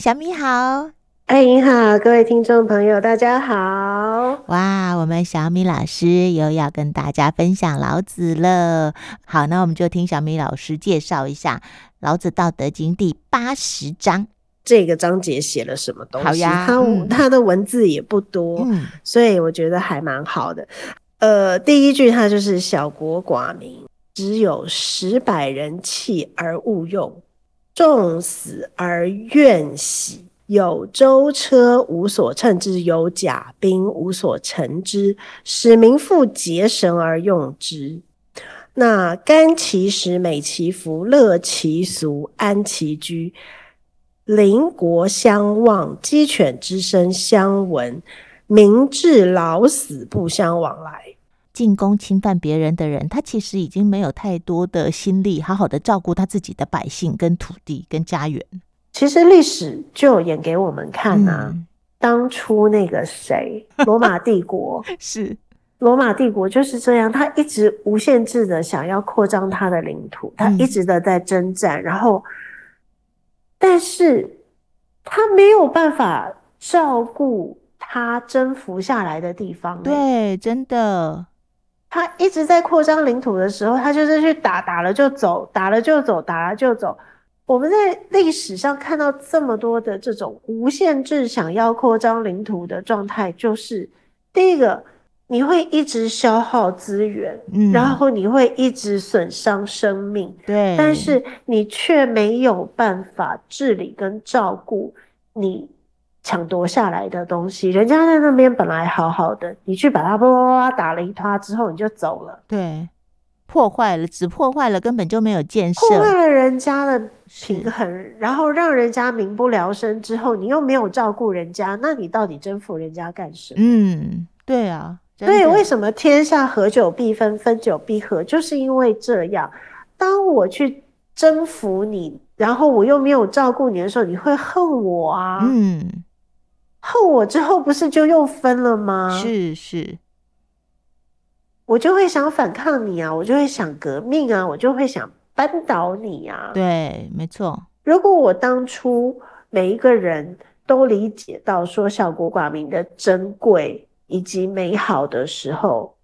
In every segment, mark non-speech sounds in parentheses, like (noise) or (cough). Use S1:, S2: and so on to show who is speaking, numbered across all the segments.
S1: 小米好，
S2: 哎，您好，各位听众朋友，大家好。
S1: 哇，我们小米老师又要跟大家分享老子了。好，那我们就听小米老师介绍一下《老子·道德经》第八十章。
S2: 这个章节写了什么东西？
S1: 好呀
S2: 它
S1: 嗯
S2: 它的文字也不多，
S1: 嗯，
S2: 所以我觉得还蛮好的。呃，第一句它就是“小国寡民，只有十百人弃而勿用，众死而怨喜。有舟车无所乘之，有甲兵无所乘之。使民复结绳而用之。那甘其食，美其服，乐其俗，安其居。邻国相望，鸡犬之声相闻。民至老死不相往来。
S1: 进攻侵犯别人的人，他其实已经没有太多的心力，好好的照顾他自己的百姓、跟土地、跟家园。
S2: 其实历史就有演给我们看啊，
S1: 嗯，
S2: 当初那个谁，罗马帝
S1: (laughs)
S2: 国，
S1: 是，
S2: 罗马帝国就是这样，他一直无限制的想要扩张他的领土，他
S1: 嗯
S2: 一直的在征战，然后，但是他没有办法照顾他征服下来的地方、欸，
S1: 对，真的，
S2: 他一直在扩张领土的时候，他就是去打，打了就走，打了就走，打了就走。我们在历史上看到这么多的这种无限制想要扩张领土的状态，就是第一个，你会一直消耗资源，
S1: 嗯，
S2: 然后你会一直损伤生命，
S1: 对，
S2: 但是你却没有办法治理跟照顾你抢夺下来的东西。人家在那边本来好好的，你去把它叭叭叭叭打了一通之后，你就走了，
S1: 对破坏了，只破坏了，根本就没有建设，
S2: 破坏了人家的
S1: 是
S2: 平衡，然后让人家民不聊生之后，你又没有照顾人家，那你到底征服人家干什么？
S1: 嗯，对啊，真
S2: 所以
S1: 的
S2: 为什么天下合久必分，分久必合，就是因为这样。当我去征服你，然后我又没有照顾你的时候，你会恨我啊。
S1: 嗯，
S2: 恨我之后不是就又分了吗？，
S1: 是是，
S2: 我就会想反抗你啊，我就会想革命啊，我就会想扳倒你啊。
S1: 对，没错，
S2: 如果我当初每一个人都理解到说小国寡民的珍贵以及美好的时候，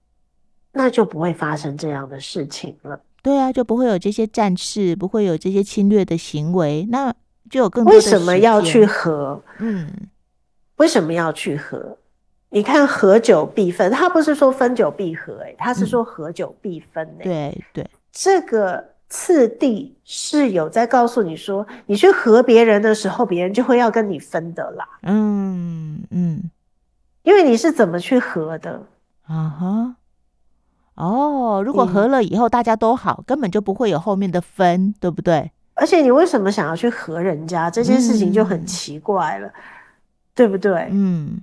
S2: 那就不会发生这样的事情了。
S1: 对啊，就不会有这些战事，不会有这些侵略的行为，那就有更多
S2: 为
S1: 的
S2: 什么
S1: 时
S2: 要
S1: 间
S2: 去？和？
S1: 嗯，
S2: 为什么要去和？你看合久必分，他不是说分久必合、欸，他是
S1: 嗯
S2: 说合久必分、欸，
S1: 对对，
S2: 这个次第是有在告诉你说，你去和别人的时候，别人就会要跟你分的啦，
S1: 嗯嗯，
S2: 因为你是怎么去和的。
S1: 啊哈。哦，如果
S2: 嗯
S1: 合了以后大家都好，根本就不会有后面的分，对不对？
S2: 而且你为什么想要去和人家这件事情就很奇怪了，对不对？
S1: 嗯，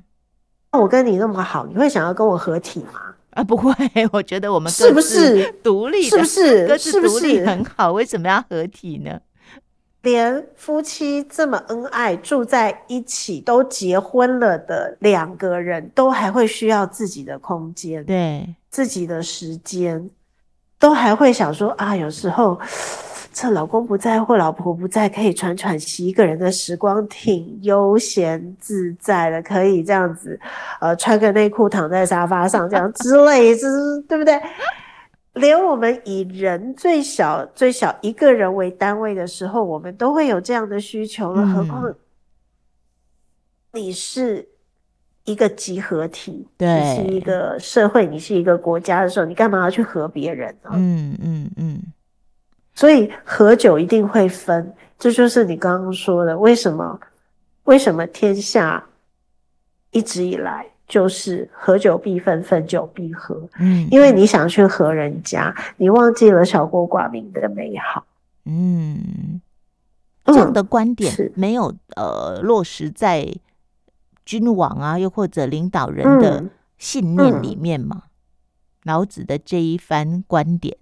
S2: 那我跟你那么好，你会想要跟我合体吗？
S1: 啊，不会， (laughs) 我觉得我们
S2: 是
S1: 各
S2: 不
S1: 自
S2: 是
S1: 独立
S2: 是
S1: 的
S2: 不是
S1: 各？自
S2: 是不
S1: 独立
S2: 是？
S1: 很好，为什么要合体呢？
S2: 连夫妻这么恩爱，住在一起都结婚了的两个人，都还会需要自己的空间。
S1: 对，
S2: 自己的时间，都还会想说啊，有时候这老公不在或老婆不在，可以喘喘息，一个人的时光挺悠闲自在的，可以这样子，呃，穿个内裤躺在沙发上这样之类，这是对不对？连我们以人最小最小一个人为单位的时候，我们都会有这样的需求了，何
S1: 嗯
S2: 况你是一个集合体，
S1: 对
S2: 你是一个社会，你是一个国家的时候，你干嘛要去和别人呢？
S1: 嗯嗯嗯，
S2: 所以合久一定会分，这就是你刚刚说的，为什么为什么天下一直以来就是合久必分，分久必合，
S1: 嗯，
S2: 因为你想去和人家，你忘记了小国寡民的美好。
S1: 嗯，这样
S2: 嗯
S1: 的观点
S2: 是
S1: 没有呃落实在君王啊，又或者领导人的
S2: 嗯
S1: 信念里
S2: 嗯
S1: 面嘛。老子的这一番观点，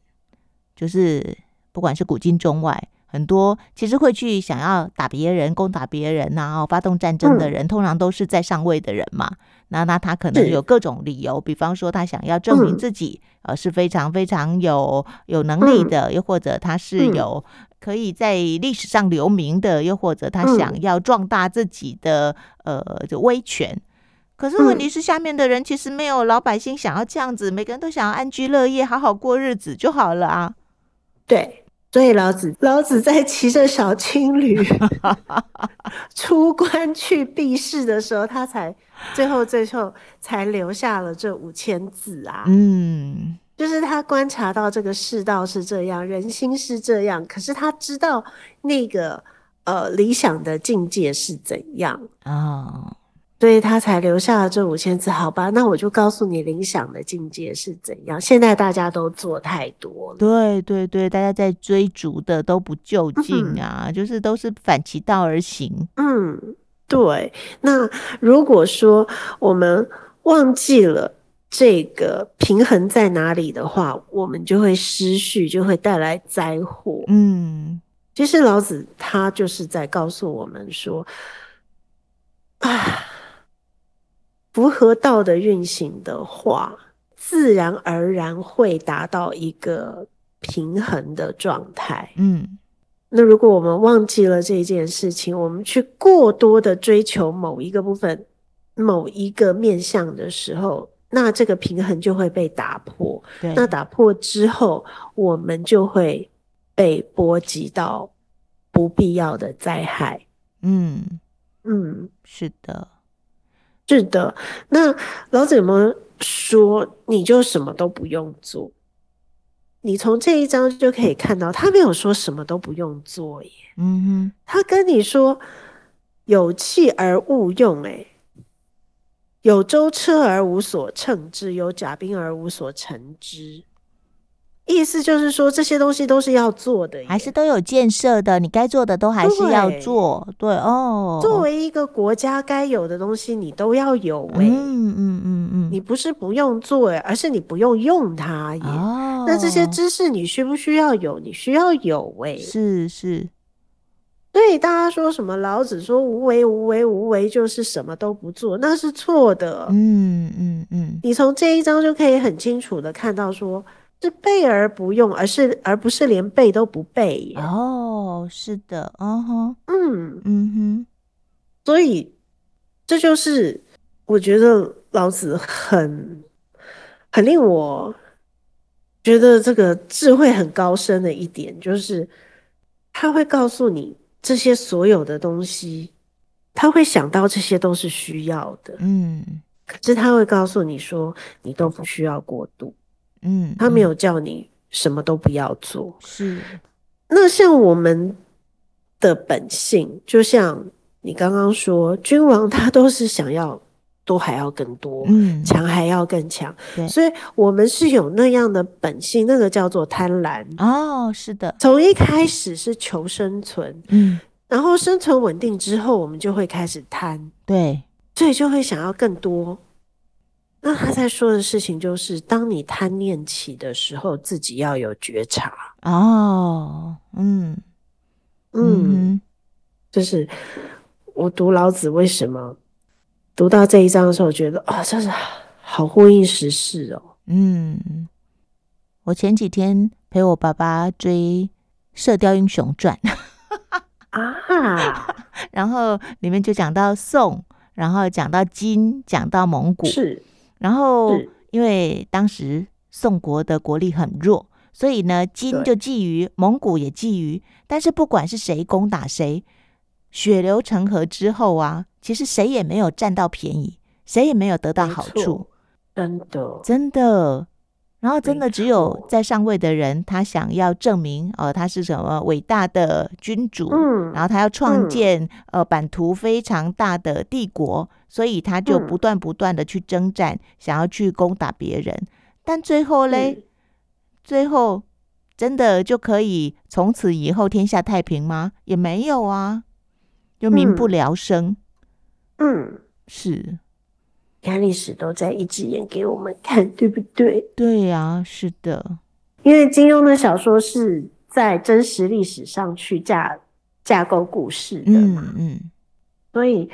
S1: 就是不管是古今中外，很多其实会去想要打别人、攻打别人呐、啊，哦，发动战争的人，通常都是在上位的人嘛。那那他可能
S2: 嗯是
S1: 有各种理由，比方说他想要证明
S2: 嗯
S1: 自己，呃，是非常非常有有能力
S2: 嗯
S1: 的，又或者他是
S2: 嗯
S1: 有可以在历史上留名的，又或者他
S2: 嗯
S1: 想要壮大自己的呃就威权。可是
S2: 嗯
S1: 问题是，下面的人其实没有老百姓想要这样子，每个人都想要安居乐业，好好过日子就好了啊。
S2: 对，所以老子老子在骑着小青驴出关去避世的时候，他才最后最后才留下了这五千字啊。
S1: 嗯，
S2: 就是他观察到这个世道是这样，人心是这样，可是他知道那个呃理想的境界是怎样，
S1: 哦，
S2: 所以他才留下了这五千字。好吧，那我就告诉你理想的境界是怎样。现在大家都做太多了，
S1: 对对对，大家在追逐的都不就近啊，就是都是反其道而行。
S2: 嗯，对。那如果说我们忘记了。这个平衡在哪里的话，我们就会失序，就会带来灾祸。
S1: 嗯
S2: 其实老子他就是在告诉我们说，啊，符合道的运行的话，自然而然会达到一个平衡的状态。
S1: 嗯，
S2: 那如果我们忘记了这件事情，我们去过多的追求某一个部分、某一个面向的时候，那这个平衡就会被打破。
S1: 对，
S2: 那打破之后，我们就会被波及到不必要的灾害。
S1: 嗯，
S2: 嗯，
S1: 是的，
S2: 是的。那老子有没有说你就什么都不用做？你从这一章就可以看到，他没有说什么都不用做耶，
S1: 嗯
S2: 他跟你说有气而勿用，哎，有舟车而无所乘之，有甲兵而无所乘之。意思就是说，这些东西都是要做的耶，
S1: 哼，还是都哦有建设的，你该做的都还是要
S2: 对
S1: 做。对哦，
S2: 作为一个国家该有的东西，你都要有哎、
S1: 嗯嗯嗯嗯，
S2: 你不是不用做哎、而是你不用用它耶。
S1: 哦，
S2: 那这些知识你需不需要有？你需要有哎、
S1: 是是，
S2: 所以大家说什么老子说无为无为无为就是什么都不做，那是错的。
S1: 嗯嗯嗯，
S2: 你从这一章就可以很清楚的看到说，是备而不用，而是而不是连备都不备耶。
S1: 哦，是的，嗯哼，
S2: 嗯，
S1: 嗯哼，
S2: 所以这就是我觉得老子很很令我觉得这个智慧很高深的一点，就是他会告诉你这些所有的东西，他会想到这些都是需要的，
S1: 嗯
S2: 可是他会告诉你说，你都不需要过度。
S1: 嗯，
S2: 他没
S1: 嗯
S2: 有叫你什么都不要做。
S1: 是，
S2: 那像我们的本性，就像你刚刚说，君王他都是想要多还要更多，
S1: 嗯，
S2: 强还要更强
S1: 对，
S2: 所以我们是有那样的本性，那个叫做贪婪。
S1: 哦，是的，
S2: 从一开始是求生存，
S1: 嗯，
S2: 然后生存稳定之后，我们就会开始贪，
S1: 对，
S2: 所以就会想要更多。那他在说的事情就是，当你贪念起的时候，自己要有觉察。
S1: 哦，嗯
S2: 嗯，
S1: 嗯
S2: 就是我读老子为什么读到这一章的时候，觉得啊、真是好呼应时事哦。
S1: 哼嗯，我前几天陪我爸爸追《射雕英雄传》，
S2: 啊，
S1: 然后里面就讲到宋，然后讲到金，讲到蒙古，
S2: 是
S1: 然后
S2: 是
S1: 因为当时宋国的国力很弱，所以呢，金就
S2: 对
S1: 觊觎，蒙古也觊觎。但是不管是谁攻打谁，血流成河之后啊，其实谁也没有占到便宜，谁也没有得到
S2: 没
S1: 好
S2: 错
S1: 处，
S2: 真的，
S1: 真的。然后真的
S2: 没
S1: 只有
S2: 错
S1: 在上位的人，他想要证明，呃，他是什么伟大的君主，
S2: 嗯
S1: 然后他要创
S2: 嗯
S1: 建、呃版图非常大的帝国，所以他就
S2: 嗯
S1: 不断不断的去征战，想要去攻打别人，但最后嘞
S2: 是，
S1: 最后真的就可以从此以后天下太平吗？也没有啊，就民不
S2: 嗯
S1: 聊生。
S2: 嗯，
S1: 是，
S2: 看历史都在一只眼给我们看，对不对？
S1: 啊对呀、是的，
S2: 因为金庸的小说是在真实历史上去架架构故事的嘛。
S1: 嗯嗯，
S2: 所以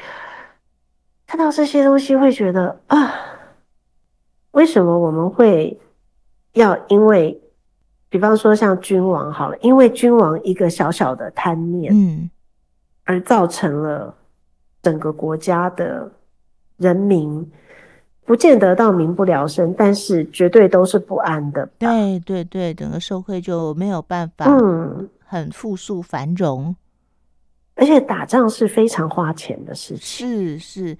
S2: 看到这些东西会觉得啊，为什么我们会要因为，比方说像君王好了，因为君王一个小小的贪念，
S1: 嗯
S2: 而造成了整个国家的人民，不见得到民不聊生，但是绝对都是不安的。，
S1: 对对对，整个社会就没有办法
S2: 嗯，
S1: 很富庶繁荣。
S2: 而且打仗是非常花钱的事情，
S1: 是是，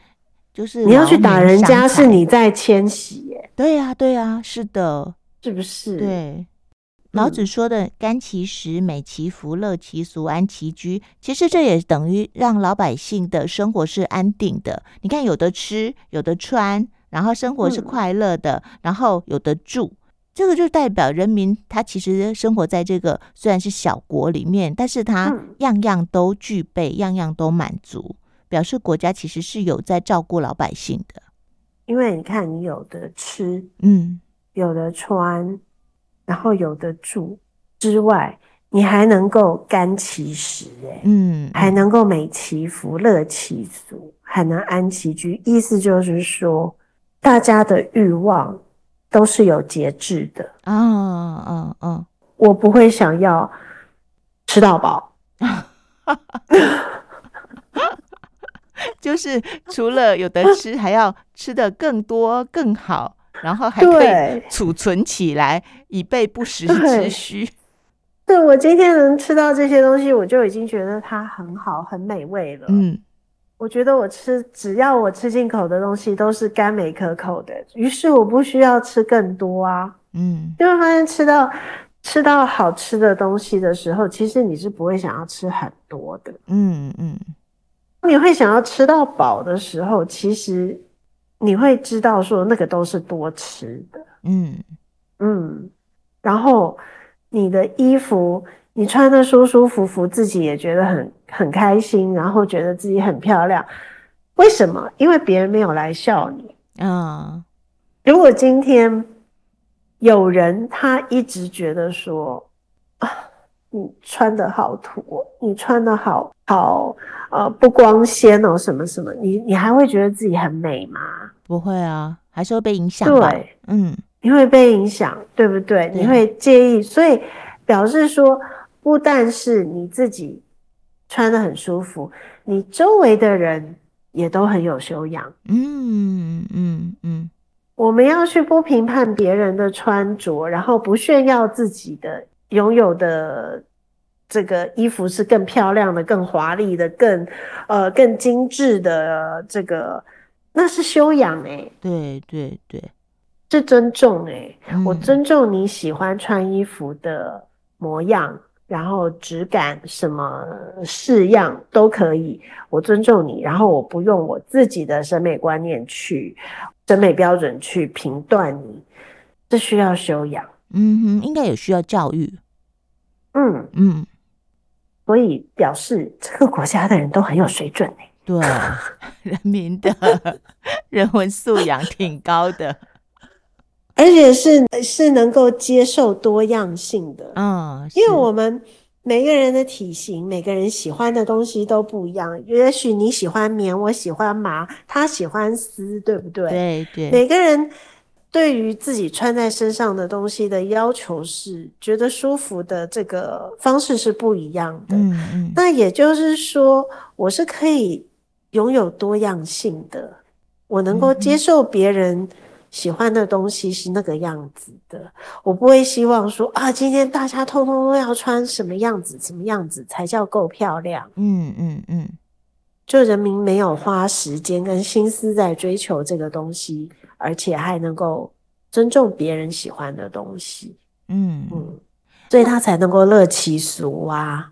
S1: 就是
S2: 你要
S1: 劳
S2: 去打
S1: 民
S2: 人
S1: 伤
S2: 家是
S1: 财
S2: 你在迁徙耶，
S1: 对呀、对呀、是的，
S2: 是不是？，
S1: 对。老
S2: 嗯
S1: 子说的“甘其食，美其服，乐其俗，安其居”，其实这也等于让老百姓的生活是安定的。你看，有的吃，有的穿，然后生活是
S2: 嗯
S1: 快乐的，然后有的住，这个就代表人民他其实生活在这个虽然是小国里面，但是他
S2: 嗯
S1: 样样都具备，样样都满足，表示国家其实是有在照顾老百姓的。
S2: 因为你看，你有的吃，
S1: 嗯，
S2: 有的穿，然后有的住之外，你还能够甘其食，哎，
S1: 嗯，
S2: 还能够美其服，乐其俗，还能安其居。意思就是说，大家的欲望都是有节制的。
S1: 啊啊啊！
S2: 我不会想要吃到饱，
S1: 就是除了有的吃，还要吃的更多更好，然后还可以
S2: 对
S1: 储存起来，以备不时之
S2: 对
S1: 需。
S2: 对我今天能吃到这些东西，我就已经觉得它很好、很美味了。，
S1: 嗯，
S2: 我觉得我吃，只要我吃进口的东西都是甘美可口的，于是我不需要吃更多啊。
S1: 嗯，
S2: 就会发现吃到吃到好吃的东西的时候，其实你是不会想要吃很多的。
S1: 嗯嗯，
S2: 你会想要吃到饱的时候，其实你会知道说那个都是多吃的。
S1: 嗯，
S2: 嗯，然后你的衣服你穿的舒舒服服，自己也觉得很很开心，然后觉得自己很漂亮。为什么？因为别人没有来笑你。
S1: 啊，
S2: 如果今天有人他一直觉得说啊，你穿的好土哦，你穿的好好呃不光鲜哦，什么什么，你你还会觉得自己很美吗？
S1: 不会啊，还是会被影响吧？
S2: 对，
S1: 嗯
S2: 你会被影响，对不对？
S1: 对
S2: 你会介意，所以表示说，不但是你自己穿的很舒服，你周围的人也都很有修养。
S1: 嗯嗯嗯，
S2: 我们要去不评判别人的穿着，然后不炫耀自己的拥有的这个衣服是更漂亮的、更华丽的、更呃更精致的，这个那是修养哎、
S1: 对对对，
S2: 是尊重哎、我
S1: 嗯
S2: 尊重你喜欢穿衣服的模样，然后质感什么式样都可以，我尊重你。然后我不用我自己的审美观念去审美标准去评断你，这需要修养。
S1: 嗯哼，应该也需要教育。
S2: 嗯，
S1: 嗯，
S2: 所以表示这个国家的人都很有水准哎、
S1: 对， (laughs) 人民的人文素养挺高的。
S2: 而且是是能够接受多样性的。
S1: 嗯，
S2: 因为
S1: 是
S2: 我们每个人的体型、每个人喜欢的东西都不一样。也许你喜欢棉，我喜欢麻，他喜欢丝，对不对？
S1: 对对，
S2: 每个人对于自己穿在身上的东西的要求是觉得舒服的，这个方式是不一样的。
S1: 嗯嗯，
S2: 那也就是说，我是可以拥有多样性的，我能够
S1: 嗯哼
S2: 接受别人喜欢的东西是那个样子的，我不会希望说啊，今天大家通通都要穿什么样子，什么样子才叫够漂亮。
S1: 嗯嗯嗯，
S2: 就人民没有花时间跟心思在追求这个东西，而且还能够尊重别人喜欢的东西，
S1: 嗯，
S2: 嗯，所以他才能够乐其俗啊，